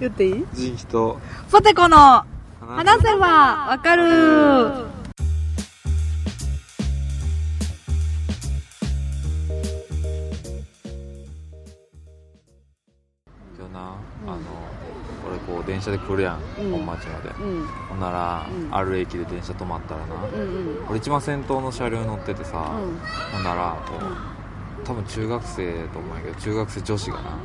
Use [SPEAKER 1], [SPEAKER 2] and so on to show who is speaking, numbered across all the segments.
[SPEAKER 1] 言っていい
[SPEAKER 2] 人気と
[SPEAKER 1] ポテコの
[SPEAKER 2] 話
[SPEAKER 1] 話せばわかる
[SPEAKER 2] 今日な、あの俺こう電車で来るやん、
[SPEAKER 1] うん
[SPEAKER 2] 本町まで
[SPEAKER 1] うん
[SPEAKER 2] ほんなら、
[SPEAKER 1] うん
[SPEAKER 2] ある駅で電車止まったらな、
[SPEAKER 1] うんうん
[SPEAKER 2] 俺一番先頭の車両に乗っててさ、
[SPEAKER 1] うん
[SPEAKER 2] ほんならこう、多分中学生と思うんやけど中学生女子がな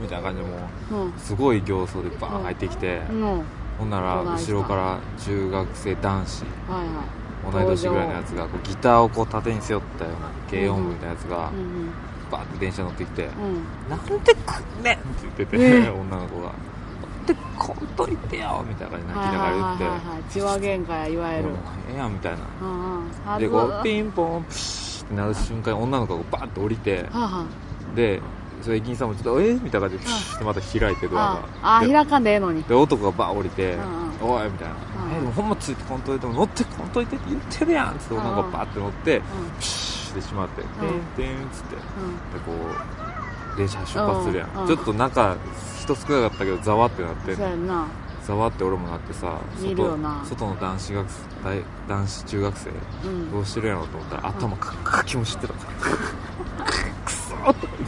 [SPEAKER 2] みたいな感じでも
[SPEAKER 1] うん
[SPEAKER 2] うすごい形相でバーン入ってきて、
[SPEAKER 1] うんうん
[SPEAKER 2] ほんなら
[SPEAKER 1] どないした
[SPEAKER 2] 後ろから中学生男子
[SPEAKER 1] はいは
[SPEAKER 2] 同い年ぐらいのやつがこうギターをこう縦に背負ったような軽音部みたいなやつが
[SPEAKER 1] いうん
[SPEAKER 2] バーって電車乗ってきて「
[SPEAKER 1] うんうん
[SPEAKER 2] なんで来んねん!」って言ってて、
[SPEAKER 1] ね
[SPEAKER 2] 女の子が「でこんといてよ!」みたいな感じで泣きながら
[SPEAKER 1] はい
[SPEAKER 2] 言
[SPEAKER 1] は
[SPEAKER 2] っ
[SPEAKER 1] い
[SPEAKER 2] て
[SPEAKER 1] はいはい血は喧嘩やいわゆる
[SPEAKER 2] もうええやん」みたいな
[SPEAKER 1] うんうんあ
[SPEAKER 2] でこ
[SPEAKER 1] そう
[SPEAKER 2] うピンポンプシュッってなる瞬間に女の子がバーって降りて
[SPEAKER 1] はあは
[SPEAKER 2] でそれ駅員さんもちょっと「えみたいな感じでプシュッてまた開いてドア
[SPEAKER 1] ああ
[SPEAKER 2] が
[SPEAKER 1] あ
[SPEAKER 2] で
[SPEAKER 1] 開かんでええのに
[SPEAKER 2] で男がバー降りて
[SPEAKER 1] うん
[SPEAKER 2] 「おい!」みたいな
[SPEAKER 1] うん
[SPEAKER 2] 「えでもほんまついてこんといても乗ってこんといて」って言ってるやんっつって
[SPEAKER 1] うん
[SPEAKER 2] 女の子がバーって乗って
[SPEAKER 1] うん
[SPEAKER 2] プシュッてしまって「で
[SPEAKER 1] ん
[SPEAKER 2] んでん」っつって。
[SPEAKER 1] うん
[SPEAKER 2] でこう電車出発するやん、
[SPEAKER 1] うん
[SPEAKER 2] ちょっと中人少なかったけどざわってなって
[SPEAKER 1] そうやんな
[SPEAKER 2] ざわって俺もなってさ
[SPEAKER 1] 見るよな
[SPEAKER 2] 外外の男子学生大男子中学生
[SPEAKER 1] うん
[SPEAKER 2] どうしてるやろうと思ったら頭カッカキも知ってたから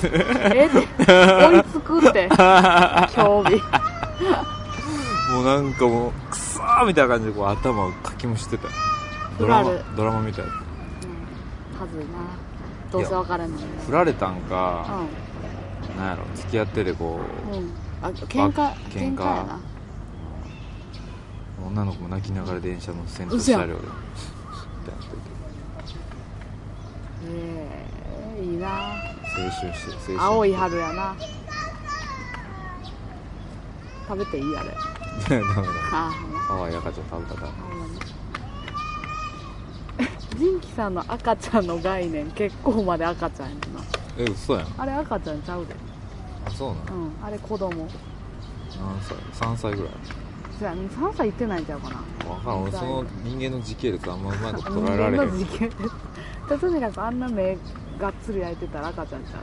[SPEAKER 1] え って追いつくって興味
[SPEAKER 2] もうなんかもうクソーみたいな感じでこう頭をかきむしてたよドラ
[SPEAKER 1] 振られ
[SPEAKER 2] マドラマみたいな
[SPEAKER 1] はずいなどうせ別れんのに
[SPEAKER 2] 振られたんか、
[SPEAKER 1] う
[SPEAKER 2] なんやろ付き合っててこ
[SPEAKER 1] んうんあ喧嘩
[SPEAKER 2] あ
[SPEAKER 1] 喧
[SPEAKER 2] 喧嘩
[SPEAKER 1] 嘩やな
[SPEAKER 2] う女の子も泣きながら電車の先頭
[SPEAKER 1] 嘘や
[SPEAKER 2] 車
[SPEAKER 1] ん
[SPEAKER 2] 両でってやってて
[SPEAKER 1] ええいいな
[SPEAKER 2] 青春して青春して
[SPEAKER 1] 青い春やな食べていいあれ
[SPEAKER 2] ダメだ
[SPEAKER 1] あほんま
[SPEAKER 2] ハワイ赤ちゃん食べたか
[SPEAKER 1] ほんまにジンキさんの赤ちゃんの概念結構まで赤ちゃんやんな
[SPEAKER 2] え嘘やん
[SPEAKER 1] あれ赤ちゃんちゃうで
[SPEAKER 2] あそうなの
[SPEAKER 1] うんあれ子供
[SPEAKER 2] 何歳3歳ぐらい
[SPEAKER 1] じゃあ3歳いってないんちゃうかな
[SPEAKER 2] 分からん俺その人間の時系列あんまうまいこと
[SPEAKER 1] 人
[SPEAKER 2] 捉え
[SPEAKER 1] 間
[SPEAKER 2] られへ
[SPEAKER 1] の
[SPEAKER 2] ん
[SPEAKER 1] 事
[SPEAKER 2] 自
[SPEAKER 1] 件とにかくあんな目がっつり開いてたら赤ちゃんちゃう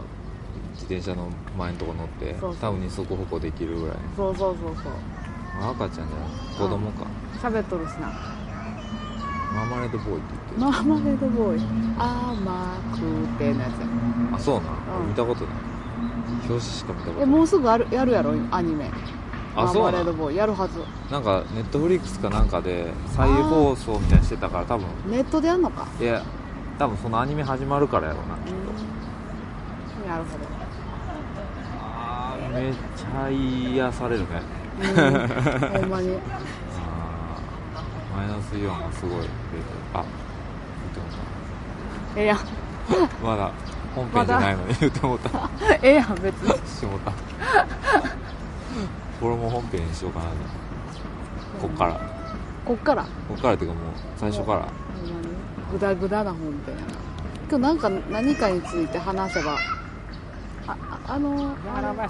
[SPEAKER 2] 転車の前のとこ乗って
[SPEAKER 1] そうそう
[SPEAKER 2] 多分二足歩行できるぐらい
[SPEAKER 1] そうそうそうそう
[SPEAKER 2] まあ赤ちゃんじゃない子供か
[SPEAKER 1] 喋っとるしな
[SPEAKER 2] マーマレードボーイって言って
[SPEAKER 1] マーマレードボーイ甘くてのやつや
[SPEAKER 2] るあそうな
[SPEAKER 1] うん
[SPEAKER 2] ん見たことない表紙しか見たこ
[SPEAKER 1] え
[SPEAKER 2] とな
[SPEAKER 1] も
[SPEAKER 2] いう
[SPEAKER 1] すぐあるやるやろアニメ
[SPEAKER 2] あ
[SPEAKER 1] マー
[SPEAKER 2] そ
[SPEAKER 1] マ
[SPEAKER 2] う
[SPEAKER 1] レ
[SPEAKER 2] な
[SPEAKER 1] ード
[SPEAKER 2] ん
[SPEAKER 1] ボーイやるはず
[SPEAKER 2] なんかネットフリックスかなんかで再放送みたいにしてたから多分
[SPEAKER 1] ネットでやんのか
[SPEAKER 2] いや多分そのアニメ始まるからやろうな
[SPEAKER 1] うんなるほど
[SPEAKER 2] あーめっちゃ癒されるね
[SPEAKER 1] うんほんまに
[SPEAKER 2] あーマイナスイオンがすごい出てるあ
[SPEAKER 1] え
[SPEAKER 2] 言っても
[SPEAKER 1] えやん
[SPEAKER 2] うたまだ本編じゃないのに言ってもうた
[SPEAKER 1] ええやん別に
[SPEAKER 2] してもうたこれも本編にしようかなとこっから
[SPEAKER 1] こっから
[SPEAKER 2] こっからっていうかもう最初から
[SPEAKER 1] ほんまにグダグダな本編やな今日なんか何かについて話せばあああのあれ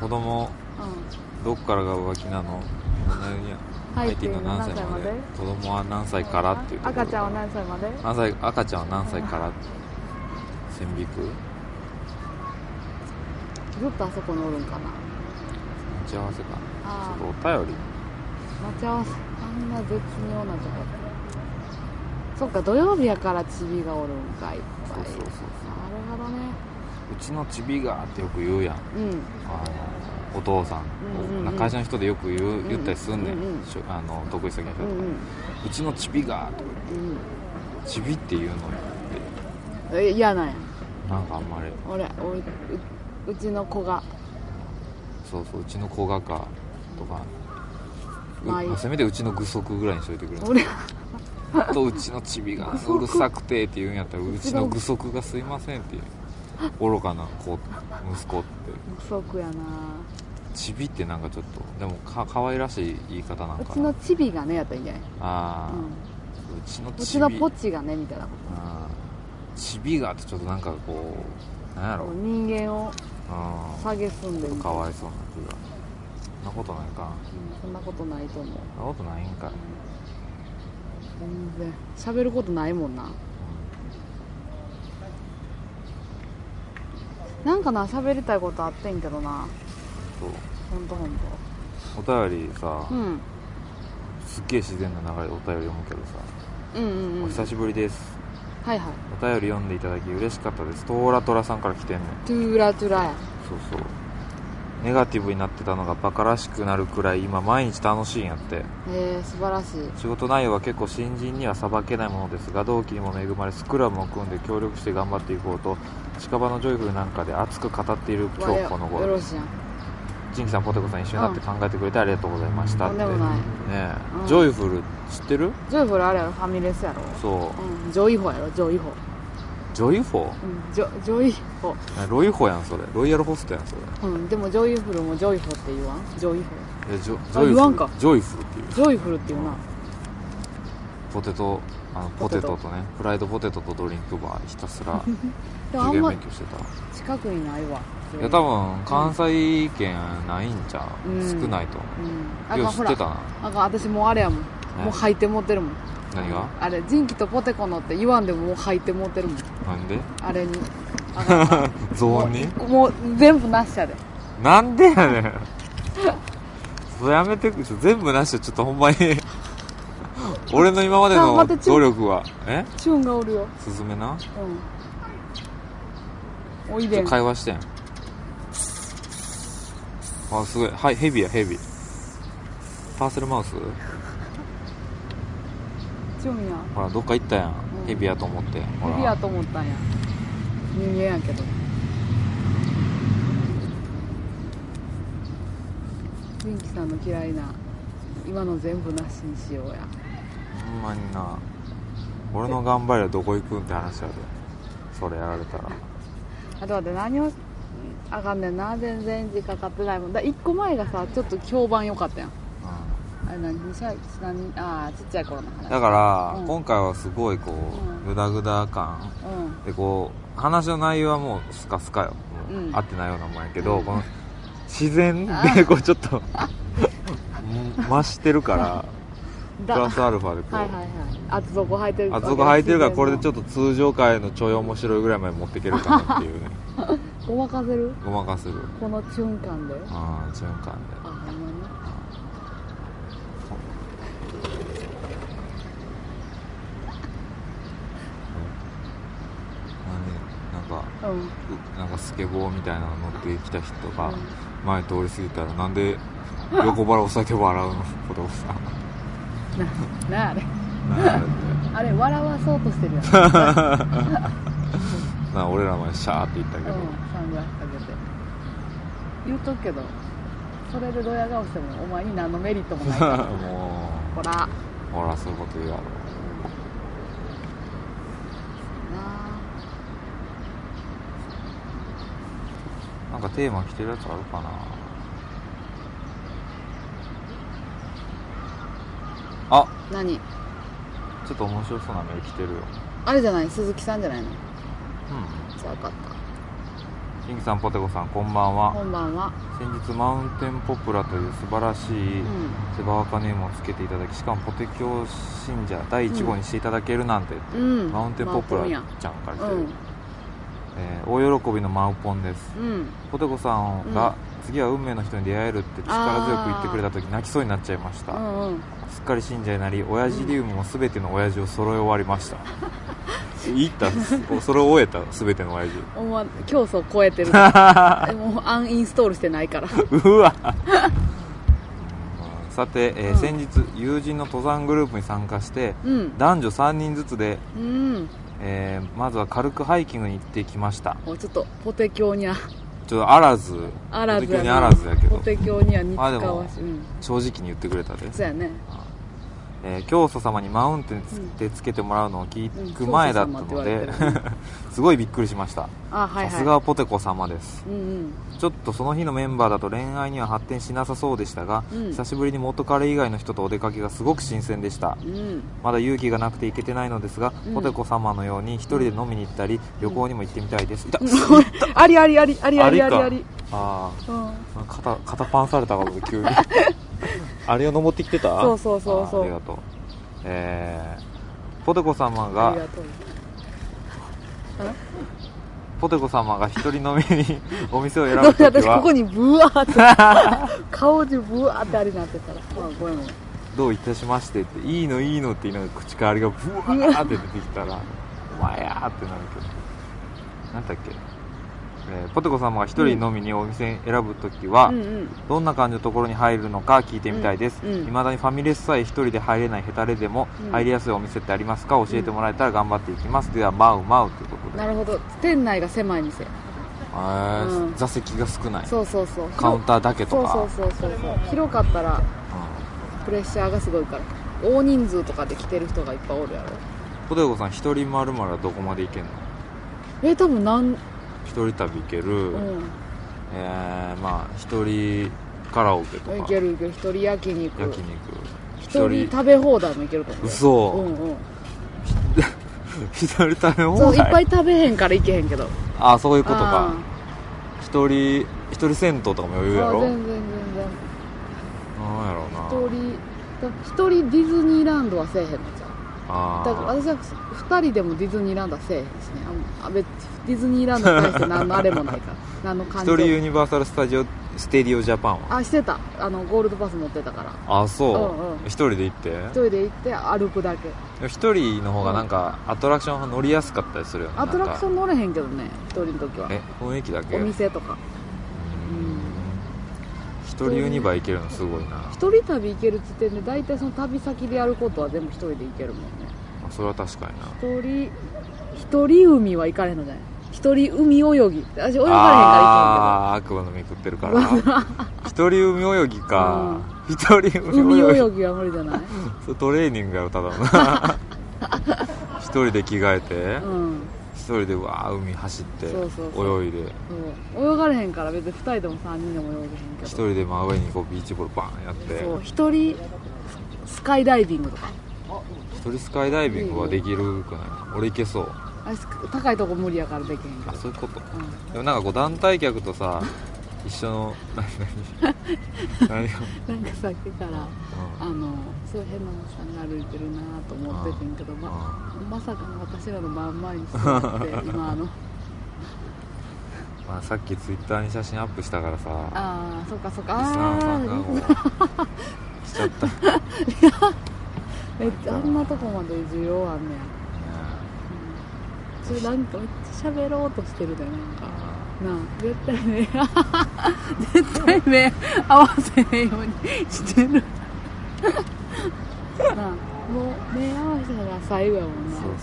[SPEAKER 2] 子供
[SPEAKER 1] う
[SPEAKER 2] どっからが浮気なの何や
[SPEAKER 1] はい
[SPEAKER 2] ハイティの何歳ま
[SPEAKER 1] 何
[SPEAKER 2] で
[SPEAKER 1] 歳ま
[SPEAKER 2] 子供は何歳からっていうんところ
[SPEAKER 1] 赤ちゃんは何歳まで
[SPEAKER 2] 何歳赤ちゃんは何歳からって線引く
[SPEAKER 1] ずっとあそこにおるんかな
[SPEAKER 2] 打ち合わせか
[SPEAKER 1] あー
[SPEAKER 2] ちょっとお便り
[SPEAKER 1] 待ち合わせあんな絶妙なとこそっか土曜日やからチビがおるんかいっぱ
[SPEAKER 2] そう
[SPEAKER 1] い
[SPEAKER 2] そうそう
[SPEAKER 1] なるほどね
[SPEAKER 2] そううちのちびがってよく言うやん
[SPEAKER 1] うん
[SPEAKER 2] あのお父さん、
[SPEAKER 1] うんうんうん
[SPEAKER 2] 会社の人でよく言う、
[SPEAKER 1] ん
[SPEAKER 2] 言ったりすんねん、
[SPEAKER 1] うんうん
[SPEAKER 2] しょあの得意先の人
[SPEAKER 1] う
[SPEAKER 2] とか、
[SPEAKER 1] ん
[SPEAKER 2] う
[SPEAKER 1] うん
[SPEAKER 2] ちのちびがとかちびって言うのよっ
[SPEAKER 1] うんえ嫌なんや
[SPEAKER 2] てなんかあんまり
[SPEAKER 1] 俺おいううちの子が
[SPEAKER 2] そうそううちの子がかとか、う
[SPEAKER 1] まあいい
[SPEAKER 2] まあせめてうちの具足ぐらいにしといてくれ
[SPEAKER 1] 俺
[SPEAKER 2] とうちのちびがうるさくてって言うんやったらうちの具足がすいませんっていう愚かな子息子って
[SPEAKER 1] 不足やな
[SPEAKER 2] ちびってなんかちょっとでもか可愛らしい言い方なん
[SPEAKER 1] う
[SPEAKER 2] か
[SPEAKER 1] ち
[SPEAKER 2] な
[SPEAKER 1] のチビがねやったらいいんじゃない、
[SPEAKER 2] あ
[SPEAKER 1] う
[SPEAKER 2] あ、
[SPEAKER 1] ん、
[SPEAKER 2] うちの
[SPEAKER 1] う
[SPEAKER 2] ち
[SPEAKER 1] ち
[SPEAKER 2] び
[SPEAKER 1] のポチがねみたいなこ
[SPEAKER 2] あーちびがってちょっとなんかこうなんや
[SPEAKER 1] と
[SPEAKER 2] ろ
[SPEAKER 1] 人間を
[SPEAKER 2] あ
[SPEAKER 1] 下げすんでみ
[SPEAKER 2] ー
[SPEAKER 1] た
[SPEAKER 2] か
[SPEAKER 1] いな、
[SPEAKER 2] わいそうな気がそんなことないか
[SPEAKER 1] うん、そんなことないと思う
[SPEAKER 2] そんなことないんかい、
[SPEAKER 1] 全然喋ることないもんななんかな喋りたいことあってんけどな
[SPEAKER 2] うん、そう
[SPEAKER 1] ほんとほんと
[SPEAKER 2] お便りさ、
[SPEAKER 1] うん
[SPEAKER 2] すっげえ自然な流れでお便り読むけどさ、
[SPEAKER 1] うんうんう
[SPEAKER 2] お
[SPEAKER 1] ん
[SPEAKER 2] 久しぶりです
[SPEAKER 1] はいはい
[SPEAKER 2] お便り読んでいただき嬉しかったですトーラトラさんから来てんねん
[SPEAKER 1] トゥーラトゥラや
[SPEAKER 2] そうそうネガティブになってたのがバカらしくなるくらい今毎日楽しいんやって
[SPEAKER 1] えー、素晴らしい
[SPEAKER 2] 仕事内容は結構新人にはさばけないものですが同期にも恵まれスクラムを組んで協力して頑張っていこうと近場のジョイフルなんかで熱く語っている今日この
[SPEAKER 1] わよ
[SPEAKER 2] 頃
[SPEAKER 1] ろしいやん
[SPEAKER 2] ジンキさんポテコさん一緒になって考えてくれてありがとうございました
[SPEAKER 1] と
[SPEAKER 2] っ
[SPEAKER 1] ん
[SPEAKER 2] て
[SPEAKER 1] で
[SPEAKER 2] ね
[SPEAKER 1] もない
[SPEAKER 2] え
[SPEAKER 1] うん
[SPEAKER 2] ジョイフル知ってる
[SPEAKER 1] ジョイフルあれやろファミレスやろ
[SPEAKER 2] そ
[SPEAKER 1] うんジョイホやろジョイホ
[SPEAKER 2] うジョイフォ
[SPEAKER 1] うんジョジョイホ
[SPEAKER 2] ロイフォやんそれロイヤルホストやんそれ
[SPEAKER 1] うんでもジョイフルもジョイホって言わんジョイホ
[SPEAKER 2] えジョジ
[SPEAKER 1] あ
[SPEAKER 2] ョイ
[SPEAKER 1] 言
[SPEAKER 2] フ
[SPEAKER 1] わん
[SPEAKER 2] ル
[SPEAKER 1] か
[SPEAKER 2] ジョイフルっていう
[SPEAKER 1] ジョイフルって言うな
[SPEAKER 2] ポテトあの
[SPEAKER 1] ポ
[SPEAKER 2] ポ
[SPEAKER 1] テ
[SPEAKER 2] テ
[SPEAKER 1] ト
[SPEAKER 2] トとねフライドポテトとドリンクバーひたすら
[SPEAKER 1] でもあ
[SPEAKER 2] 受
[SPEAKER 1] ん
[SPEAKER 2] 験
[SPEAKER 1] ま
[SPEAKER 2] 勉強してた
[SPEAKER 1] 近くにないわ
[SPEAKER 2] いや多分関西圏ないんちゃう、
[SPEAKER 1] うん
[SPEAKER 2] 少ないと思
[SPEAKER 1] うん
[SPEAKER 2] う
[SPEAKER 1] あ
[SPEAKER 2] い
[SPEAKER 1] か
[SPEAKER 2] や
[SPEAKER 1] ん
[SPEAKER 2] 知
[SPEAKER 1] ほ
[SPEAKER 2] っ
[SPEAKER 1] ら
[SPEAKER 2] てたな
[SPEAKER 1] あかん私もうあれやもんもう履いて持ってるもん
[SPEAKER 2] 何が
[SPEAKER 1] あれ人気とポテコのって言わんでももう履いて持ってるもん
[SPEAKER 2] なんで
[SPEAKER 1] あれにあかんあかん
[SPEAKER 2] ゾーンに
[SPEAKER 1] もう全部なしやで
[SPEAKER 2] なんでやねん それやめてくちょ全部なしでちょっとほん まに俺の今まで
[SPEAKER 1] あ
[SPEAKER 2] の
[SPEAKER 1] 待ってちょ
[SPEAKER 2] 努力はえ
[SPEAKER 1] チュンがおるよ
[SPEAKER 2] スズメなち
[SPEAKER 1] うんおいで
[SPEAKER 2] ょ
[SPEAKER 1] ん
[SPEAKER 2] 会話してんあすごいはいヘビやヘビパーセルマウス
[SPEAKER 1] チュンや
[SPEAKER 2] ほらどっか行ったやん、
[SPEAKER 1] うん
[SPEAKER 2] ヘビやと思ってほ
[SPEAKER 1] ヘ
[SPEAKER 2] ら
[SPEAKER 1] ビやと思ったんや人間やけど元気さんの嫌いな今の全部なしにしようや
[SPEAKER 2] ほんまにな俺の頑張りはどこ行くんって話やでそれやられたら
[SPEAKER 1] あと待って何をあかんねんな全然時間かかってないもんだ1個前がさちょっと評判良かったやん
[SPEAKER 2] う
[SPEAKER 1] あれ何2歳何ああちっちゃい頃の
[SPEAKER 2] ん
[SPEAKER 1] 話
[SPEAKER 2] だから、
[SPEAKER 1] うん
[SPEAKER 2] 今回はすごいこ
[SPEAKER 1] うん
[SPEAKER 2] うグダグダ感
[SPEAKER 1] うん
[SPEAKER 2] でこう話の内容はもうスカスカよ、もう
[SPEAKER 1] うん
[SPEAKER 2] 合ってないようなもんやけど、
[SPEAKER 1] うん
[SPEAKER 2] この自然
[SPEAKER 1] あ
[SPEAKER 2] でこうちょっと増してるから プ
[SPEAKER 1] だ
[SPEAKER 2] ラスアルファでこう、
[SPEAKER 1] はいはいはい厚底履いてる
[SPEAKER 2] 厚底履いてるからこれでちょ
[SPEAKER 1] っ
[SPEAKER 2] っと通常回のちょい面白いぐらいまで持っていけるかなっていう ね
[SPEAKER 1] とごまかせる
[SPEAKER 2] ごまかせる
[SPEAKER 1] この瞬間で
[SPEAKER 2] ああ循環で
[SPEAKER 1] あほんまに
[SPEAKER 2] 何なんか
[SPEAKER 1] うん
[SPEAKER 2] うなんかスケボーみたいなの乗ってきた人が
[SPEAKER 1] うん
[SPEAKER 2] 前通り過ぎたらなんで横腹押さえて笑うの 子供さん
[SPEAKER 1] ななあれ
[SPEAKER 2] なんで
[SPEAKER 1] あれ笑わそうと してるやんうんサン
[SPEAKER 2] なんか俺らまでシャーって言ったけど、
[SPEAKER 1] グラスかけて言うとくけどそれでドヤ顔してもお前に何のメリットもない から
[SPEAKER 2] も
[SPEAKER 1] ほらな
[SPEAKER 2] うほらそういうこと言うやろ
[SPEAKER 1] あ
[SPEAKER 2] なんかテーマ来てるやつあるかなあ
[SPEAKER 1] 何
[SPEAKER 2] ちょっと面白そうなメール来てるよ
[SPEAKER 1] あれじゃない鈴木さんじゃないの
[SPEAKER 2] う
[SPEAKER 1] じゃあ分かっ
[SPEAKER 2] んキングさんポテコさんこんばん
[SPEAKER 1] た
[SPEAKER 2] は
[SPEAKER 1] 本番は
[SPEAKER 2] 先日マウンテンポプラという素晴らし
[SPEAKER 1] う
[SPEAKER 2] い
[SPEAKER 1] ん
[SPEAKER 2] 手羽若ネームをつけていただきしかもポテ教信者第1号にしていただけるなんて、
[SPEAKER 1] うん
[SPEAKER 2] マウンテンポプラ
[SPEAKER 1] マウン
[SPEAKER 2] ち
[SPEAKER 1] テン
[SPEAKER 2] ゃんから
[SPEAKER 1] う
[SPEAKER 2] 来てる、
[SPEAKER 1] ん
[SPEAKER 2] えー大喜びのマウポンです
[SPEAKER 1] うん
[SPEAKER 2] ポテコさんが、次は運命の人に出会えるって力強く言ってくれた時泣きそうになっちゃいました、
[SPEAKER 1] うんうん
[SPEAKER 2] すっかり信者になり親父リウムも全ての親父を揃え終わりま した、言ったそれを終えた全ての親父
[SPEAKER 1] お前競争超え てるでもアンインストールしてないから
[SPEAKER 2] うわ さて、えー
[SPEAKER 1] うん
[SPEAKER 2] 先日友人の登山グループに参加して
[SPEAKER 1] うん
[SPEAKER 2] 男女3人ずつで、
[SPEAKER 1] うん
[SPEAKER 2] えーまずは軽くハイキングに行ってきました
[SPEAKER 1] もうちょっとポテ教にゃ
[SPEAKER 2] ちょっとあらず
[SPEAKER 1] あらずや
[SPEAKER 2] 東京に
[SPEAKER 1] な
[SPEAKER 2] あらずやけ
[SPEAKER 1] ポ
[SPEAKER 2] ど
[SPEAKER 1] テ教には似つか
[SPEAKER 2] あでも
[SPEAKER 1] わしうん
[SPEAKER 2] 正直に言ってくれたで、
[SPEAKER 1] そうやね
[SPEAKER 2] えー教祖様にマウンテンつけてつけてもらうのを聞く前だったので、
[SPEAKER 1] うん教祖様って言われ
[SPEAKER 2] すごいびっくりしました
[SPEAKER 1] あはいはい
[SPEAKER 2] さすがはポテコ様です
[SPEAKER 1] うんうん
[SPEAKER 2] ちょっとその日のメンバーだと恋愛には発展しなさそうでしたが、
[SPEAKER 1] うん
[SPEAKER 2] 久しぶりに元彼以外の人とお出かけがすごく新鮮でした
[SPEAKER 1] うん
[SPEAKER 2] まだ勇気がなくて行けてないのですが、
[SPEAKER 1] うん
[SPEAKER 2] ポテコ様のように一人で飲みに行ったり旅行にも行ってみたいです、いた
[SPEAKER 1] ありありありありありあ
[SPEAKER 2] あり
[SPEAKER 1] り
[SPEAKER 2] か
[SPEAKER 1] あり
[SPEAKER 2] あ
[SPEAKER 1] うん
[SPEAKER 2] あ肩肩パンされたことで 急にあれを登ってきてた
[SPEAKER 1] そうそうそうそう
[SPEAKER 2] あーありがとうえー、ポテコ様
[SPEAKER 1] ありが
[SPEAKER 2] が
[SPEAKER 1] とう
[SPEAKER 2] ポテコ様が一人飲みにお店を選ぶと
[SPEAKER 1] 私
[SPEAKER 2] き
[SPEAKER 1] ここ
[SPEAKER 2] は
[SPEAKER 1] にブワーって顔中ブワーってあれになってたらあごめんごめん
[SPEAKER 2] どういたしましてっていいのいいのって言いながら口からあれがブワーって出てきたらお前やーってなるけどなんだっけ、えーポテコ様が一人飲みにお店を選ぶときは、
[SPEAKER 1] うんうん
[SPEAKER 2] どんな感じのところに入るのか聞いてみたいです、
[SPEAKER 1] うんうん
[SPEAKER 2] 未だにファミレスさえ一人で入れないヘタレでも
[SPEAKER 1] うん
[SPEAKER 2] 入りやすいお店ってありますか教えてもらえたら頑張っていきます、ではマウマウということで、
[SPEAKER 1] なるほど店内が狭い店
[SPEAKER 2] あー
[SPEAKER 1] うん
[SPEAKER 2] 座席が少ない
[SPEAKER 1] そうそうそう
[SPEAKER 2] カウンターだけ
[SPEAKER 1] そ
[SPEAKER 2] と
[SPEAKER 1] う
[SPEAKER 2] か
[SPEAKER 1] そうそうそうそう広かったらプレッシャーがすごいから大人数とかで来てる人がいっぱいおるやろ
[SPEAKER 2] うんポテコさん一人まるまるはどこまで行けんの
[SPEAKER 1] え多分なん
[SPEAKER 2] 一人旅行ける、
[SPEAKER 1] うん
[SPEAKER 2] えー、まあ一人カラオケとか
[SPEAKER 1] いけるいける一人焼肉
[SPEAKER 2] 焼肉
[SPEAKER 1] 一人食べ放題もいけると思う
[SPEAKER 2] 嘘
[SPEAKER 1] うんうん
[SPEAKER 2] 一人食べ
[SPEAKER 1] そ
[SPEAKER 2] 放
[SPEAKER 1] ういっぱ
[SPEAKER 2] 題
[SPEAKER 1] い食べへんからいけへんけど
[SPEAKER 2] あそういうことか
[SPEAKER 1] あ
[SPEAKER 2] 一人一人銭湯とかも余
[SPEAKER 1] ー
[SPEAKER 2] 裕やろ
[SPEAKER 1] あー
[SPEAKER 2] な
[SPEAKER 1] 全然全然
[SPEAKER 2] んやろうな
[SPEAKER 1] 一人だ一人ディズニーランドはせえへんのじゃん
[SPEAKER 2] あ
[SPEAKER 1] だから
[SPEAKER 2] ー
[SPEAKER 1] 私は二人でもディズニーランドはせえへんしねあんあ別ディズニーランドに対して何のあれもないから何の
[SPEAKER 2] 一
[SPEAKER 1] 感情
[SPEAKER 2] 人
[SPEAKER 1] も
[SPEAKER 2] ユニバーサル・スタジオ・ステディオ・ジャパンは
[SPEAKER 1] あしてたあのゴールドパス持ってたから
[SPEAKER 2] あそう、
[SPEAKER 1] うんうん
[SPEAKER 2] 一人で行ってで
[SPEAKER 1] 一人で行って歩くだけ
[SPEAKER 2] も一人の方がなんかアトラクションが乗りやすかったりするよね
[SPEAKER 1] アトラクショ
[SPEAKER 2] ン
[SPEAKER 1] ン乗れへんけどね一人の時は
[SPEAKER 2] え雰囲気だけ
[SPEAKER 1] お店とか
[SPEAKER 2] うん一人ユニバー行けるのすごいな、
[SPEAKER 1] 一人旅行ける時点で大体その旅先でやることは全部一人で行けるもんね
[SPEAKER 2] まあそれは確かにな
[SPEAKER 1] 一人一人海は行かれへんのじゃない一人海泳ぎ私泳がれへんから
[SPEAKER 2] ああー悪魔の実食ってるか らな一人海泳ぎか、一人
[SPEAKER 1] 行けんけ
[SPEAKER 2] 海
[SPEAKER 1] ど
[SPEAKER 2] 泳ぎ
[SPEAKER 1] 海泳ぎは無理じゃない
[SPEAKER 2] それトレーニングや ろただのな一人で着替えて、
[SPEAKER 1] うん
[SPEAKER 2] 一人でわあ海走って
[SPEAKER 1] そうそうそう
[SPEAKER 2] 泳いで
[SPEAKER 1] そう泳がれへんから別に2人でも3人でも泳げへんけど
[SPEAKER 2] 一人で真上にこうビーチボールバーンやって
[SPEAKER 1] そう一人スカイダイビングとか
[SPEAKER 2] 一人スカイダイビングはできるくない俺いけそう
[SPEAKER 1] あれ高いとこ無理やからできへんけ
[SPEAKER 2] あ
[SPEAKER 1] ど
[SPEAKER 2] そういうこと
[SPEAKER 1] うん
[SPEAKER 2] でもなんかこう団体客 とさ一緒の何何何が
[SPEAKER 1] なんかさっきからあのそういう変なおっさんが歩いてるなと思っててんけど
[SPEAKER 2] うん
[SPEAKER 1] ままさかの私らの真ん前に座 って今あの
[SPEAKER 2] まあ、さっきツイッターに写真アップしたからさ
[SPEAKER 1] ああそっかそっ
[SPEAKER 2] リ
[SPEAKER 1] か
[SPEAKER 2] スナーさ
[SPEAKER 1] あ
[SPEAKER 2] んが
[SPEAKER 1] ー
[SPEAKER 2] もうしちゃ ったね
[SPEAKER 1] めっちゃあんなとこまで需要あんねやそれなんかめっちゃ喋ろうとしてるでなんかなあ絶対ね 絶対ね合わせへんようにしてる なあもう目合わせたら最後やもん
[SPEAKER 2] そう
[SPEAKER 1] な
[SPEAKER 2] そう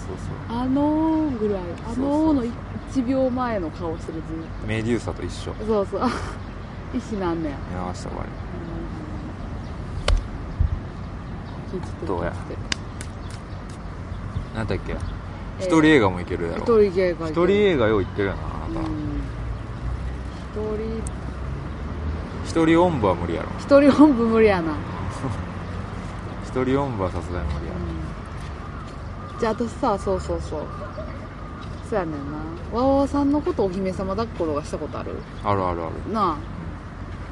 [SPEAKER 1] あ
[SPEAKER 2] そ
[SPEAKER 1] のーぐらいあのーの
[SPEAKER 2] そう
[SPEAKER 1] 1秒前の顔してるずっと
[SPEAKER 2] うメデューサと一緒
[SPEAKER 1] そう そう意思なんねや
[SPEAKER 2] 見合わせた終わり
[SPEAKER 1] 気ぃつけて
[SPEAKER 2] どうや
[SPEAKER 1] 気ぃつけて
[SPEAKER 2] 何だっけ
[SPEAKER 1] えー
[SPEAKER 2] 一人映画もいけるや
[SPEAKER 1] 一
[SPEAKER 2] ろ
[SPEAKER 1] 人芸が
[SPEAKER 2] 一
[SPEAKER 1] い
[SPEAKER 2] 人
[SPEAKER 1] る
[SPEAKER 2] 映画よう行ってるやなあ
[SPEAKER 1] う
[SPEAKER 2] なた
[SPEAKER 1] ん
[SPEAKER 2] 一人音部は無理やろ
[SPEAKER 1] 一人一人本部無理やな、
[SPEAKER 2] 一人音部はさすがに無理やろ
[SPEAKER 1] じゃあ私さそうそうそうそうやねんなわわわさんのことお姫様抱っころがしたことある
[SPEAKER 2] あるあるある
[SPEAKER 1] なあ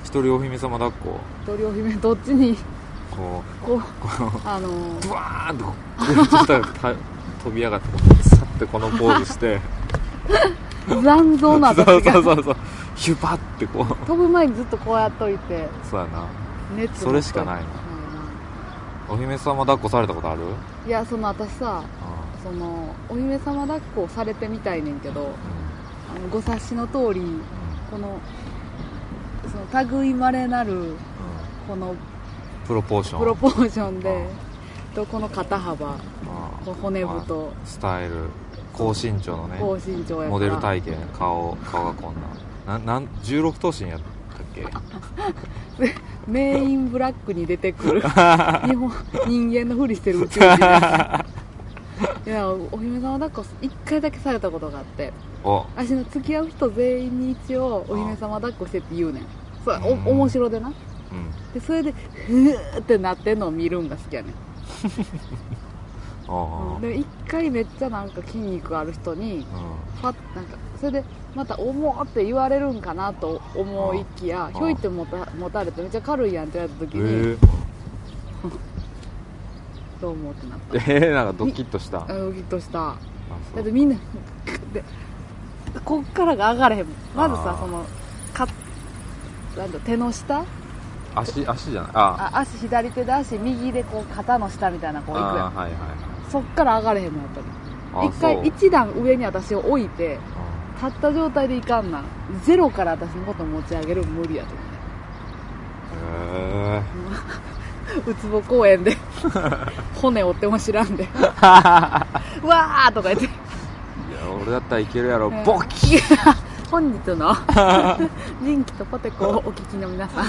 [SPEAKER 2] 一人お姫様抱っこ
[SPEAKER 1] 一人お姫どっちに
[SPEAKER 2] こ
[SPEAKER 1] こう
[SPEAKER 2] うこ
[SPEAKER 1] あのー
[SPEAKER 2] うブワーンとこうちょっとた飛び上がってこう さってこのポーズして
[SPEAKER 1] 残像な
[SPEAKER 2] そ
[SPEAKER 1] 私
[SPEAKER 2] うそう
[SPEAKER 1] が
[SPEAKER 2] そうそうヒュパってこう
[SPEAKER 1] 飛ぶ前にずっとこうやっといて
[SPEAKER 2] そうやな
[SPEAKER 1] 熱
[SPEAKER 2] それしかないなお姫様抱っこされたことある
[SPEAKER 1] いやその私さそのお姫様抱っこをされてみたいねんけどあのご察しの通りこのその類いまれなるこの
[SPEAKER 2] プロポーション
[SPEAKER 1] プロポーション
[SPEAKER 2] う
[SPEAKER 1] で
[SPEAKER 2] ん
[SPEAKER 1] とこの肩幅
[SPEAKER 2] うん
[SPEAKER 1] この骨太
[SPEAKER 2] スタイル高身長のね
[SPEAKER 1] 高身長やから
[SPEAKER 2] モデル体型顔顔がこんななんなん16頭身やったっけ
[SPEAKER 1] メインブラックに出てく る日本人間のふりしてる宇宙人いやお姫様抱っこ一回だけされたことがあって
[SPEAKER 2] お
[SPEAKER 1] 私の付き合う人全員に一応お姫様抱っこしてって言うねんそうお
[SPEAKER 2] うん
[SPEAKER 1] 面白でな
[SPEAKER 2] うん
[SPEAKER 1] でそれでふーってなってんのを見るんが好きやねん
[SPEAKER 2] あ
[SPEAKER 1] で一回めっちゃなんか筋肉ある人に
[SPEAKER 2] あうん
[SPEAKER 1] パッなんかそれでまた「重っ!」って言われるんかなと思いきや
[SPEAKER 2] ん
[SPEAKER 1] ひょいって持た持たれてめっちゃ軽いやんって言われた時
[SPEAKER 2] え
[SPEAKER 1] に
[SPEAKER 2] ー、
[SPEAKER 1] どう思うってなっ
[SPEAKER 2] えー、なんかドキッとした
[SPEAKER 1] たあのギッとした
[SPEAKER 2] あそ
[SPEAKER 1] だ
[SPEAKER 2] う
[SPEAKER 1] ってみんなでこっからが上がれへんもんまず
[SPEAKER 2] あ
[SPEAKER 1] さ
[SPEAKER 2] ー
[SPEAKER 1] そのかなんだ手の下
[SPEAKER 2] 足足じゃないあ
[SPEAKER 1] あ足左手で足右でこう肩の下みたいなこういくや
[SPEAKER 2] あ
[SPEAKER 1] ん
[SPEAKER 2] ーはいはい
[SPEAKER 1] そっから上がれへんのやっぱり
[SPEAKER 2] はい
[SPEAKER 1] 一回
[SPEAKER 2] 一
[SPEAKER 1] 一段上に私を置いて立った状態でいかんなゼロから私のこと持ち上げるの無理やと思
[SPEAKER 2] へえ
[SPEAKER 1] ううつぼ公 園で骨折っても知らんでうわーとか言って
[SPEAKER 2] いや俺だったらいけるやろ
[SPEAKER 1] うん
[SPEAKER 2] ボキッ
[SPEAKER 1] 本日 の人気とポテコをお聞きの皆さん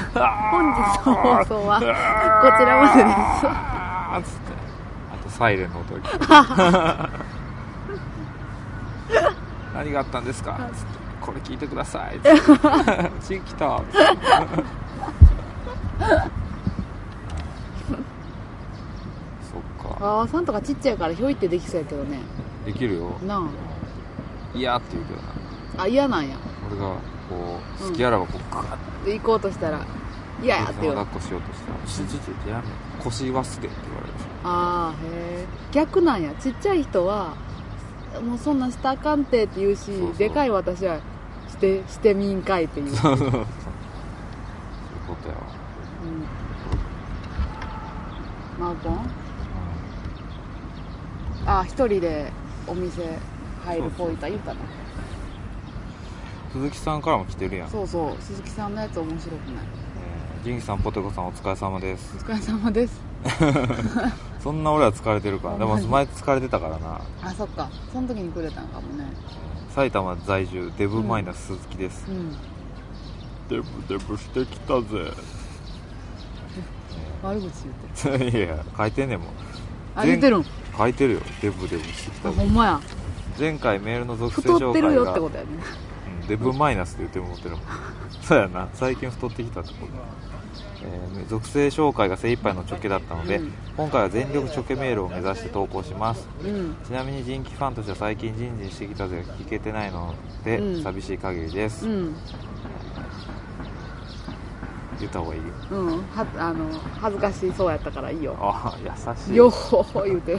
[SPEAKER 1] 本日の放送はこちらまでです
[SPEAKER 2] あーっつってあとサイレンの音が聞こ える何があったんですかつってこれ聞いてくださいつってうちに 来たそっか
[SPEAKER 1] あわさんとかちっちゃいからひょいってできそうやけどね
[SPEAKER 2] できるよ
[SPEAKER 1] な
[SPEAKER 2] 嫌って言うけどな
[SPEAKER 1] ああ嫌なんや
[SPEAKER 2] 俺がこう好きあらばこうガーッ
[SPEAKER 1] で行こうとしたら嫌やって
[SPEAKER 2] て
[SPEAKER 1] 言う
[SPEAKER 2] 抱
[SPEAKER 1] あ
[SPEAKER 2] っこしようとしたら「ちょちょちょちょやめ腰はすで」って言われるでし
[SPEAKER 1] あーへえ逆なんやちっちゃい人はもうそんなんしたらあかんてって言うし
[SPEAKER 2] そうそう
[SPEAKER 1] でかい私はしてしてみんかいっていう、
[SPEAKER 2] ょそうそうそういうことやわ
[SPEAKER 1] うん、マーボンあ一人でお店入るポイントは言ったな
[SPEAKER 2] 鈴木さんからも来てるやん、え
[SPEAKER 1] そうそう鈴木さんのやつ面白くない
[SPEAKER 2] ー、ジンギさんポテコさんお疲れ様で
[SPEAKER 1] お
[SPEAKER 2] す
[SPEAKER 1] 疲れ様です
[SPEAKER 2] そんな俺は疲れてるからでも前疲れてたからな
[SPEAKER 1] あそっかその時にくれたんかもね
[SPEAKER 2] 埼玉在住デブマイナス鈴木です、
[SPEAKER 1] うん
[SPEAKER 2] デブデブしてきたぜ
[SPEAKER 1] 悪口言ってる
[SPEAKER 2] いやいや書いてんねんもん
[SPEAKER 1] あ言ってるん
[SPEAKER 2] 書いてるよデブデブしてき
[SPEAKER 1] あ
[SPEAKER 2] た
[SPEAKER 1] ほ
[SPEAKER 2] ぜ
[SPEAKER 1] んまや
[SPEAKER 2] 前回メールの属性
[SPEAKER 1] 太
[SPEAKER 2] 紹
[SPEAKER 1] って
[SPEAKER 2] 介が
[SPEAKER 1] るよってことやね
[SPEAKER 2] うんデブマイナスって言ってもってるもんそうやな最近太ってきたってことえー属性紹介が精一杯のチョケだったので、
[SPEAKER 1] うん
[SPEAKER 2] 今回は全力チョケメールを目指して投稿します
[SPEAKER 1] うん
[SPEAKER 2] ちなみに人気ファンとしては最近ジンジンしてきたぜが聞けてないので、
[SPEAKER 1] うん
[SPEAKER 2] 寂しい限りです、
[SPEAKER 1] うん
[SPEAKER 2] 言った方がいいよ
[SPEAKER 1] うんはあの恥ずかしそうやったからいいよ
[SPEAKER 2] ああ優しい
[SPEAKER 1] よほほ言うて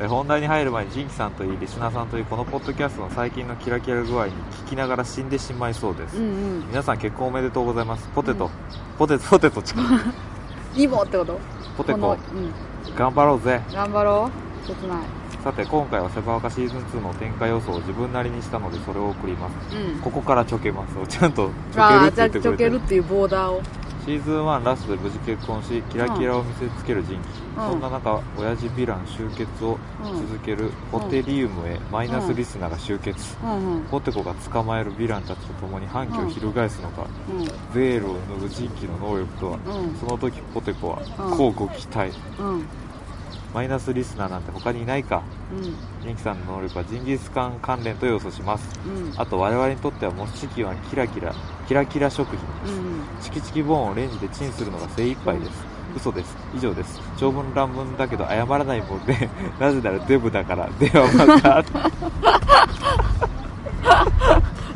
[SPEAKER 2] えー本題に入る前にジンキさんといいリスナーさんといいこのポッドキャストの最近のキラキラ具合に聞きながら死んでしまいそうです、
[SPEAKER 1] うんうん
[SPEAKER 2] 皆さん結婚おめでとうございますポテト、
[SPEAKER 1] うん
[SPEAKER 2] ポテトポテトチ キン
[SPEAKER 1] イボってこと
[SPEAKER 2] ポテ
[SPEAKER 1] こ
[SPEAKER 2] コ
[SPEAKER 1] のうん
[SPEAKER 2] 頑張ろうぜ
[SPEAKER 1] 頑張ろう切ない
[SPEAKER 2] さて今回はセバーカシーズン2の展開予想を自分なりにしたのでそれを送ります
[SPEAKER 1] うん
[SPEAKER 2] ここからちょけますちゃんとち
[SPEAKER 1] ああ
[SPEAKER 2] ょ
[SPEAKER 1] じ
[SPEAKER 2] け
[SPEAKER 1] ゃ
[SPEAKER 2] る
[SPEAKER 1] あ
[SPEAKER 2] って言って
[SPEAKER 1] ちょ
[SPEAKER 2] く
[SPEAKER 1] け
[SPEAKER 2] れて
[SPEAKER 1] る
[SPEAKER 2] る
[SPEAKER 1] っていうボーダーを
[SPEAKER 2] シーズン1ラストで無事結婚しキラキラを見せつける人気、そんな中親父ヴィラン集結を続けるホテリウムへマイナスリスナーが集結、
[SPEAKER 1] うんうん
[SPEAKER 2] ポテコが捕まえるヴィランたちと共に反旗を翻すのか、
[SPEAKER 1] う
[SPEAKER 2] ベールを脱ぐ人気の能力とは、
[SPEAKER 1] うん
[SPEAKER 2] その時ポテコは乞うご期待、
[SPEAKER 1] んうん
[SPEAKER 2] マイナスリスナーなんて他にいないか
[SPEAKER 1] うん
[SPEAKER 2] ジンキさんの能力はジンギスカン関連と予想します
[SPEAKER 1] うん
[SPEAKER 2] あと我々にとってはもちきはキラキラキラキラ食品
[SPEAKER 1] うん
[SPEAKER 2] チキチキボーンをレンジでチンするのが精一杯です嘘です以上です長文乱文だけど謝らないもんで なぜならデブだからではまた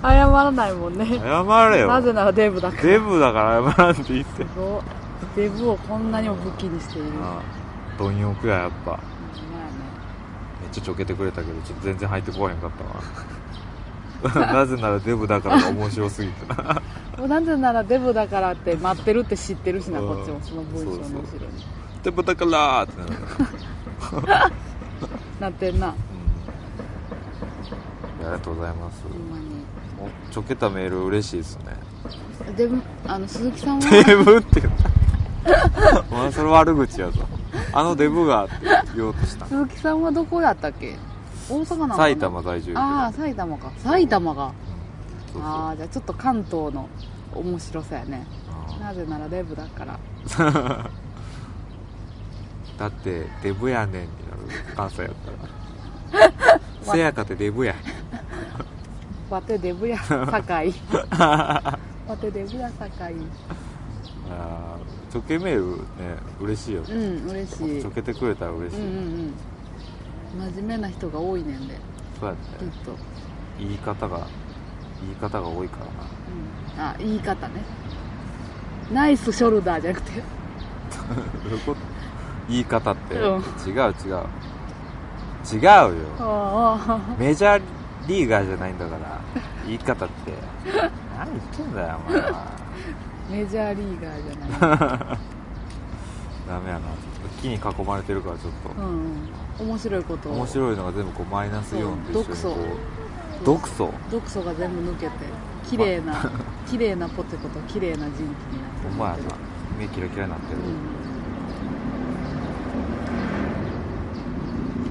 [SPEAKER 1] 謝らないもんね
[SPEAKER 2] 謝れよ
[SPEAKER 1] なぜならデブだから
[SPEAKER 2] デブだから謝らんって言って
[SPEAKER 1] すごいデブをこんなにも武器にしている
[SPEAKER 2] ああ貪欲ややっぱ
[SPEAKER 1] ほんまやね
[SPEAKER 2] めっちゃちょけてくれたけどちょっと全然入ってこらへんかったわ なぜならデブだからが面白すぎて な
[SPEAKER 1] もうなぜならデブだからって待ってるって知ってるしな
[SPEAKER 2] うん
[SPEAKER 1] こっちもその文章の後
[SPEAKER 2] そう
[SPEAKER 1] ろに
[SPEAKER 2] デブだからーってなるから
[SPEAKER 1] なってんな
[SPEAKER 2] うんありがとうございます
[SPEAKER 1] ほんまに
[SPEAKER 2] おちょけたメール嬉しいですね
[SPEAKER 1] デブあの鈴木さん は
[SPEAKER 2] デブって言ったお前それ悪口やぞあのデブがって言おうとした
[SPEAKER 1] 鈴木さんはどこだったっけ大阪なのかな
[SPEAKER 2] 埼玉在住
[SPEAKER 1] ああ埼玉か埼玉が
[SPEAKER 2] そうそう
[SPEAKER 1] ああじゃあちょっと関東の面白さやね
[SPEAKER 2] あ
[SPEAKER 1] なぜならデブだから
[SPEAKER 2] ーだってデブやねんになる関西 やったらせやかてデブや
[SPEAKER 1] わてデブや 堺わてデブや堺
[SPEAKER 2] あーちょけメールね嬉しいよ
[SPEAKER 1] う
[SPEAKER 2] ね
[SPEAKER 1] ん嬉しい
[SPEAKER 2] ちょけてくれたら嬉し
[SPEAKER 1] う
[SPEAKER 2] い、
[SPEAKER 1] んうんうん真面目な人が多いねんで
[SPEAKER 2] そうやっ
[SPEAKER 1] き
[SPEAKER 2] て
[SPEAKER 1] っ
[SPEAKER 2] ね
[SPEAKER 1] と、
[SPEAKER 2] 言い方が言い方が多いからな
[SPEAKER 1] うん、あ言い方ねナイスショルダーじゃなくて
[SPEAKER 2] どういうこと言い方って、
[SPEAKER 1] うん
[SPEAKER 2] 違う違う違うよ
[SPEAKER 1] ああ
[SPEAKER 2] メジャーリーガーじゃないんだから言い方って何言ってんだよお前は
[SPEAKER 1] メジャーリーガーじゃな い
[SPEAKER 2] ダメやな木に囲まれてるからちょっ
[SPEAKER 1] う
[SPEAKER 2] と、
[SPEAKER 1] んうん面白いことを
[SPEAKER 2] 面白いのが全部こうマイナスイオンと一緒にこう
[SPEAKER 1] 毒
[SPEAKER 2] 毒素
[SPEAKER 1] 毒素が全部抜けて綺麗 な綺麗なポテコと綺麗な人気になって
[SPEAKER 2] お
[SPEAKER 1] る
[SPEAKER 2] 前やな目キラキラになってる、
[SPEAKER 1] う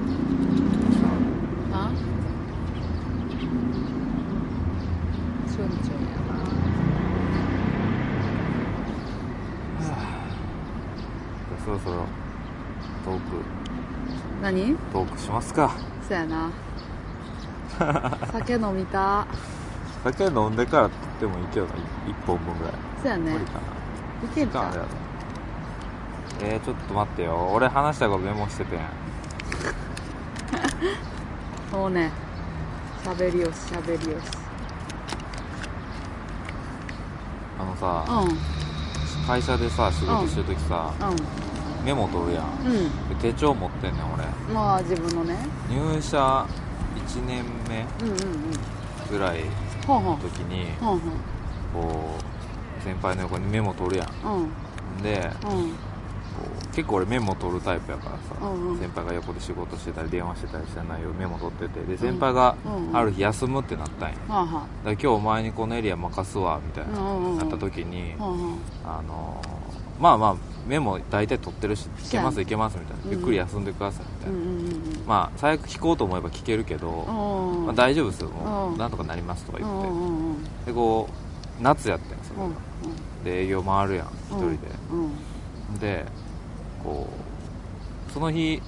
[SPEAKER 1] んあちょんちょんや
[SPEAKER 2] そろそろトーク
[SPEAKER 1] な何
[SPEAKER 2] トークしますか
[SPEAKER 1] そやな酒飲みた
[SPEAKER 2] 酒飲んでから取ってもいいけどな1本分ぐらい
[SPEAKER 1] そやね
[SPEAKER 2] 無理かない
[SPEAKER 1] けんちゃ
[SPEAKER 2] あれや
[SPEAKER 1] う
[SPEAKER 2] なえー、ちょっと待ってよ俺話したことメモしててん
[SPEAKER 1] もうね喋りよし喋りよし
[SPEAKER 2] あのさ、
[SPEAKER 1] うん
[SPEAKER 2] 会社でさ仕事してる時さ、
[SPEAKER 1] う
[SPEAKER 2] メモ取るやん
[SPEAKER 1] んう
[SPEAKER 2] で手帳持ってんねん俺
[SPEAKER 1] んまあ自分のね
[SPEAKER 2] 入社1年目
[SPEAKER 1] うんうんうん
[SPEAKER 2] ぐらい
[SPEAKER 1] ほんほ
[SPEAKER 2] の
[SPEAKER 1] ん
[SPEAKER 2] 時に
[SPEAKER 1] ほん
[SPEAKER 2] こう先輩の横にメモ取るや
[SPEAKER 1] ほんうん
[SPEAKER 2] んで
[SPEAKER 1] うん
[SPEAKER 2] こう結構俺メモ取るタイプやからさ、
[SPEAKER 1] うんうん
[SPEAKER 2] 先輩が横で仕事してたり電話してたりした内容メモ取っててで先輩がある日休むってなったんやだか
[SPEAKER 1] はあは
[SPEAKER 2] ら今日お前にこのエリア任すわみたいな
[SPEAKER 1] うんうんうん
[SPEAKER 2] なった時に
[SPEAKER 1] あはあは
[SPEAKER 2] あのーまあまあメモ大体取ってるし「いけますいけます」みたいな
[SPEAKER 1] う
[SPEAKER 2] 「
[SPEAKER 1] ん
[SPEAKER 2] ゆっくり休んでください」
[SPEAKER 1] あう
[SPEAKER 2] みたい
[SPEAKER 1] んう
[SPEAKER 2] な、
[SPEAKER 1] んうんうん
[SPEAKER 2] まあ最悪聞こうと思えば聞けるけど、
[SPEAKER 1] うん
[SPEAKER 2] まあ、大丈夫ですよも
[SPEAKER 1] うん
[SPEAKER 2] うなんとかなりますとか
[SPEAKER 1] う
[SPEAKER 2] 言
[SPEAKER 1] んう
[SPEAKER 2] っ
[SPEAKER 1] ん
[SPEAKER 2] て
[SPEAKER 1] うんうん
[SPEAKER 2] でこう夏やってんそれが、で営業回るやん一人で、
[SPEAKER 1] うん
[SPEAKER 2] でこうその日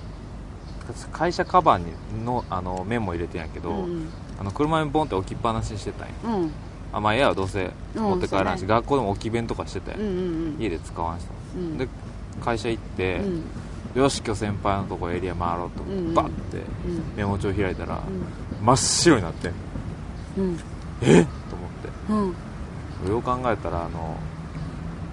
[SPEAKER 2] 会社カバンにのあのメモ入れてんやけど、
[SPEAKER 1] うん
[SPEAKER 2] あの車にボンって置きっぱなしにしてたんや
[SPEAKER 1] うん
[SPEAKER 2] あまあエアはどうせ持って帰らんし、
[SPEAKER 1] うんそうね
[SPEAKER 2] 学校でも置き弁とかしてたんや、
[SPEAKER 1] うんうん
[SPEAKER 2] 家で使わんし
[SPEAKER 1] うん
[SPEAKER 2] で会社行って、
[SPEAKER 1] うんうん
[SPEAKER 2] よし今日先輩のとこエリア回ろうと思って、
[SPEAKER 1] うん
[SPEAKER 2] バッてメモ帳開いたら、
[SPEAKER 1] う
[SPEAKER 2] 真っ白になってん
[SPEAKER 1] ん
[SPEAKER 2] と思って
[SPEAKER 1] うんうん
[SPEAKER 2] よう考えたらあの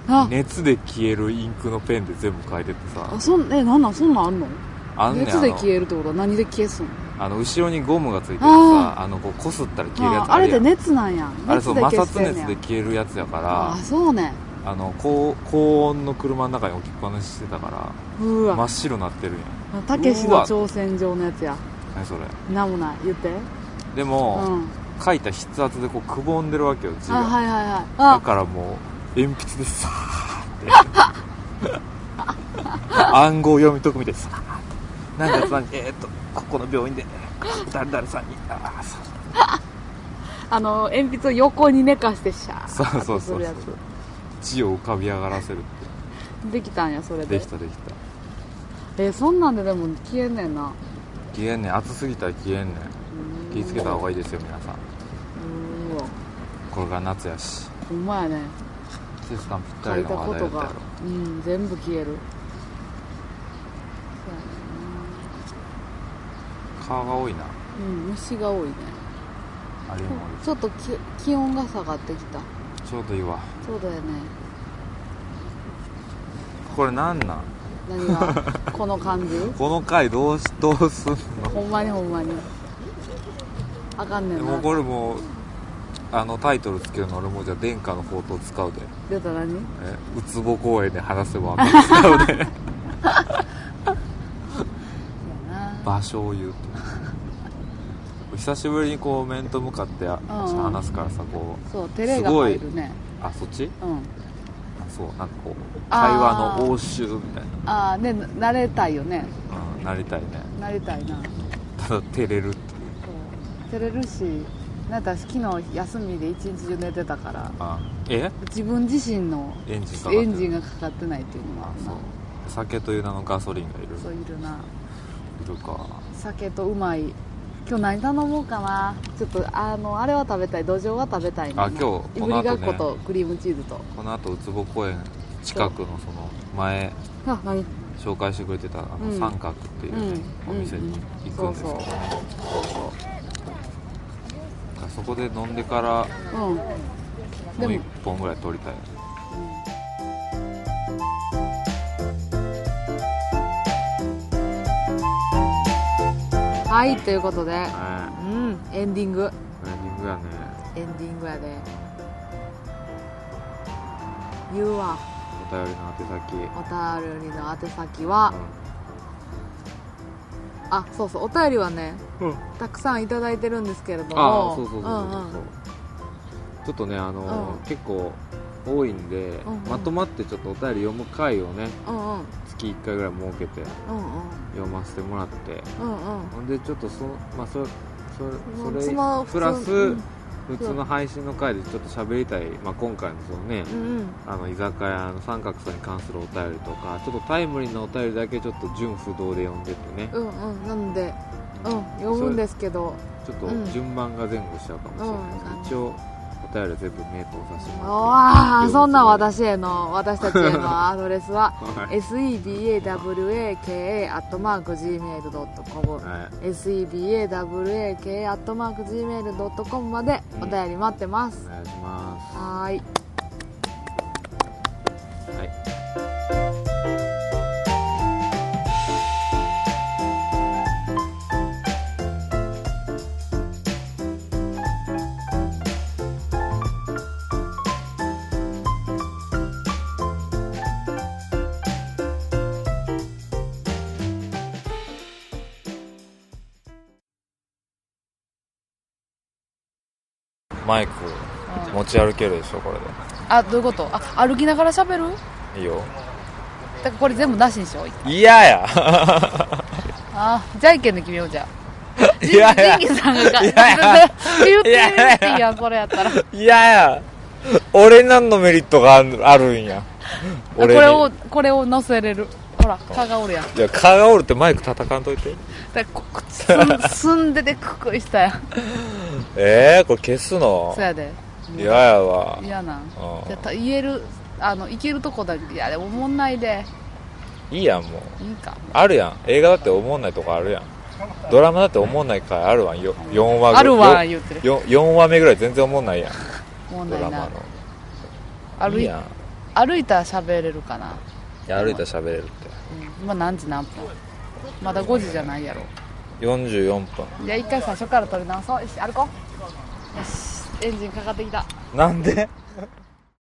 [SPEAKER 1] あ
[SPEAKER 2] 熱で消えるインクのペンで全部書いててさ
[SPEAKER 1] あそんえなんなんそんなんあんの
[SPEAKER 2] あんねん
[SPEAKER 1] 熱で消
[SPEAKER 2] あ
[SPEAKER 1] えるってことは何で消えすんの
[SPEAKER 2] のあの後ろにゴムがついてて
[SPEAKER 1] あ
[SPEAKER 2] さあのこうこすったら消えるや
[SPEAKER 1] あ
[SPEAKER 2] つ
[SPEAKER 1] あ
[SPEAKER 2] あ
[SPEAKER 1] れ
[SPEAKER 2] る
[SPEAKER 1] っ
[SPEAKER 2] や
[SPEAKER 1] て
[SPEAKER 2] ん
[SPEAKER 1] 熱なんや
[SPEAKER 2] あれ
[SPEAKER 1] 熱
[SPEAKER 2] そう
[SPEAKER 1] で消
[SPEAKER 2] 摩擦
[SPEAKER 1] してんね
[SPEAKER 2] 熱
[SPEAKER 1] や
[SPEAKER 2] で消えるやつやか
[SPEAKER 1] あ
[SPEAKER 2] ら
[SPEAKER 1] そうね
[SPEAKER 2] あの高高温の車の中に置きっぱなししてたか
[SPEAKER 1] う
[SPEAKER 2] ら真
[SPEAKER 1] わ
[SPEAKER 2] っ白なってるやん
[SPEAKER 1] たけしの挑戦状のやつや
[SPEAKER 2] 何それ
[SPEAKER 1] なんもない言って
[SPEAKER 2] で
[SPEAKER 1] う
[SPEAKER 2] も、
[SPEAKER 1] ん
[SPEAKER 2] 書いた筆圧でこうくぼんでるわけよ字
[SPEAKER 1] あ
[SPEAKER 2] が、
[SPEAKER 1] はいはいはい
[SPEAKER 2] だ
[SPEAKER 1] あ
[SPEAKER 2] からもう鉛筆でさーって 暗号読み解くみたいにさーってなんかさえーっとここの病院で誰々さんにああさ
[SPEAKER 1] あの鉛筆を横に寝かしてシャ
[SPEAKER 2] そう
[SPEAKER 1] ーっ
[SPEAKER 2] そ
[SPEAKER 1] と
[SPEAKER 2] う
[SPEAKER 1] す
[SPEAKER 2] そう
[SPEAKER 1] るや
[SPEAKER 2] そう字を浮かび上がらせるっ
[SPEAKER 1] つできたんやそれ
[SPEAKER 2] てで
[SPEAKER 1] で
[SPEAKER 2] きたできた
[SPEAKER 1] えそんなんででも消えんねんな
[SPEAKER 2] 消えんねん暑すぎたら消えんねん
[SPEAKER 1] うん
[SPEAKER 2] 気ぃつけた方がいいですよ皆さん
[SPEAKER 1] うわ
[SPEAKER 2] これから夏やし
[SPEAKER 1] ほんまやね
[SPEAKER 2] 季節感ぴった
[SPEAKER 1] 書
[SPEAKER 2] り
[SPEAKER 1] い
[SPEAKER 2] の
[SPEAKER 1] たこ
[SPEAKER 2] 話題や
[SPEAKER 1] と
[SPEAKER 2] ったや
[SPEAKER 1] が
[SPEAKER 2] ろ、
[SPEAKER 1] うん、全部消える
[SPEAKER 2] 顔が多いな
[SPEAKER 1] そうやねうん虫が多いね
[SPEAKER 2] あれも
[SPEAKER 1] ちょっとき気温が下がってきた
[SPEAKER 2] ちょうどいいわ
[SPEAKER 1] そうだよね
[SPEAKER 2] これなんなん
[SPEAKER 1] 何が この感じ
[SPEAKER 2] この回どうしどうすんの
[SPEAKER 1] ほんまにほんまにあかんね
[SPEAKER 2] で
[SPEAKER 1] んな
[SPEAKER 2] もこれもうあのタイトルつけるの俺もじゃあ殿下の宝刀使うで
[SPEAKER 1] 出た何
[SPEAKER 2] えうつぼ公園で話せばあかん 使うで場所を言うと久しぶりにこう面と向かってあ
[SPEAKER 1] うんうん
[SPEAKER 2] 話すからさこ
[SPEAKER 1] そう照れが入るね
[SPEAKER 2] うあそっち
[SPEAKER 1] うん
[SPEAKER 2] あそうなんかこう
[SPEAKER 1] あー
[SPEAKER 2] 会話の応酬みたい
[SPEAKER 1] ああね慣れたいよね
[SPEAKER 2] な、うん、なりたいね
[SPEAKER 1] 慣れたいな
[SPEAKER 2] ただ照れるっていう
[SPEAKER 1] そう照れるしなんか昨日休みで一日中寝てたから
[SPEAKER 2] あえ
[SPEAKER 1] 自分自身の
[SPEAKER 2] エンジンかかってる
[SPEAKER 1] エンジンがかかってないっていうのは
[SPEAKER 2] あ
[SPEAKER 1] ある
[SPEAKER 2] そ
[SPEAKER 1] な
[SPEAKER 2] う酒という名のガソリンがいる
[SPEAKER 1] そういるない
[SPEAKER 2] るか
[SPEAKER 1] 酒とうまい今日何頼もうかなちょっとあのあれは食べたい土壌は食べたいな
[SPEAKER 2] あ今日こ
[SPEAKER 1] いぶ
[SPEAKER 2] の
[SPEAKER 1] り
[SPEAKER 2] 後ね
[SPEAKER 1] がっことクリームチーズと
[SPEAKER 2] この後うつぼ公園近くのその前
[SPEAKER 1] あ何
[SPEAKER 2] 紹介してくれてたあ
[SPEAKER 1] う
[SPEAKER 2] の
[SPEAKER 1] ん
[SPEAKER 2] 三角っていうね、
[SPEAKER 1] うん
[SPEAKER 2] お店に行くんですけど、
[SPEAKER 1] うんうんそうそう
[SPEAKER 2] だからそこで飲んでから
[SPEAKER 1] うんで
[SPEAKER 2] もう
[SPEAKER 1] も
[SPEAKER 2] 1本ぐらい取りたいよね
[SPEAKER 1] はいということで
[SPEAKER 2] は
[SPEAKER 1] うんエンディング
[SPEAKER 2] エンディングやね
[SPEAKER 1] エンディングやで言うわ
[SPEAKER 2] お便りの宛先、うん、
[SPEAKER 1] お便りの宛先は、あそうそうお便りはね
[SPEAKER 2] うん、
[SPEAKER 1] たくさんいただいてるんですけれども
[SPEAKER 2] ああそうそうそうそうそう、
[SPEAKER 1] んん
[SPEAKER 2] ちょっとねあの、
[SPEAKER 1] うん
[SPEAKER 2] 結構多いんで、
[SPEAKER 1] んうん
[SPEAKER 2] まとまってちょっとお便り読む回をね
[SPEAKER 1] うんうん
[SPEAKER 2] 月1回ぐらい設けて
[SPEAKER 1] うん
[SPEAKER 2] 読ませてもらって
[SPEAKER 1] うんうんうん
[SPEAKER 2] ほんでちょっとそ,、まあ、そそれそ
[SPEAKER 1] そ
[SPEAKER 2] れ
[SPEAKER 1] の
[SPEAKER 2] プラス、
[SPEAKER 1] うん
[SPEAKER 2] 普通の配信の回でちょっと喋りたい、まあ、今回のそのね、
[SPEAKER 1] うんうん
[SPEAKER 2] あの居酒屋の三角さんに関するお便りとかちょっとタイムリーなお便りだけちょっと純不動で読んでってね、
[SPEAKER 1] うんうんなのでうん読むんですけど
[SPEAKER 2] ちょっと順番が前後しちゃうかもしれないです、一応お便りは全部名答させてもら
[SPEAKER 1] ああ
[SPEAKER 2] って
[SPEAKER 1] そんな私への私たちへのアドレスは sebawaka.gmail.com
[SPEAKER 2] はい、
[SPEAKER 1] sebawaka.gmail.com までお便り待ってま
[SPEAKER 2] お
[SPEAKER 1] す、
[SPEAKER 2] 願いします
[SPEAKER 1] はーい
[SPEAKER 2] はいマイク持ち歩けるでしょこれ
[SPEAKER 1] あどういうことあ歩きながら喋る
[SPEAKER 2] でいいよ
[SPEAKER 1] だからこれ全部なしにしよう
[SPEAKER 2] 嫌や
[SPEAKER 1] あじゃんけんで決めようじゃあジ
[SPEAKER 2] いやいや
[SPEAKER 1] ンギスさんがか
[SPEAKER 2] いやいや
[SPEAKER 1] 言ってみるっていいやんそれやったら
[SPEAKER 2] 嫌や俺なんのメリットがあるあるんや
[SPEAKER 1] こ
[SPEAKER 2] に
[SPEAKER 1] れをこれを乗せれるほら蚊がおるやんだ
[SPEAKER 2] じゃあカがおるってマイク叩かんといて
[SPEAKER 1] からここすんすんでてくっくりしたやん
[SPEAKER 2] えー、これ消すの
[SPEAKER 1] そやで
[SPEAKER 2] 嫌やわ
[SPEAKER 1] 嫌なん
[SPEAKER 2] うん
[SPEAKER 1] じゃあた言えるあの行けるとこだけいやでもおもんないで
[SPEAKER 2] いいやんもう
[SPEAKER 1] いいか
[SPEAKER 2] あるやん映画だって思んないとこあるやんドラマだって思んない回あるわんよ4話ぐらい
[SPEAKER 1] あるわ言うてる
[SPEAKER 2] よ4話目ぐらい全然思んないやん
[SPEAKER 1] おもん
[SPEAKER 2] ド
[SPEAKER 1] な
[SPEAKER 2] ラ
[SPEAKER 1] いな
[SPEAKER 2] マの
[SPEAKER 1] 歩
[SPEAKER 2] いい
[SPEAKER 1] い
[SPEAKER 2] やん
[SPEAKER 1] 歩いたら喋れるかな、
[SPEAKER 2] いや歩いたら喋れるって
[SPEAKER 1] うん、今何時何分まだ5時じゃないやろ
[SPEAKER 2] 44分
[SPEAKER 1] じゃあ一回最初から撮り直そうよし歩こうよしエンジンかかってきた
[SPEAKER 2] なんで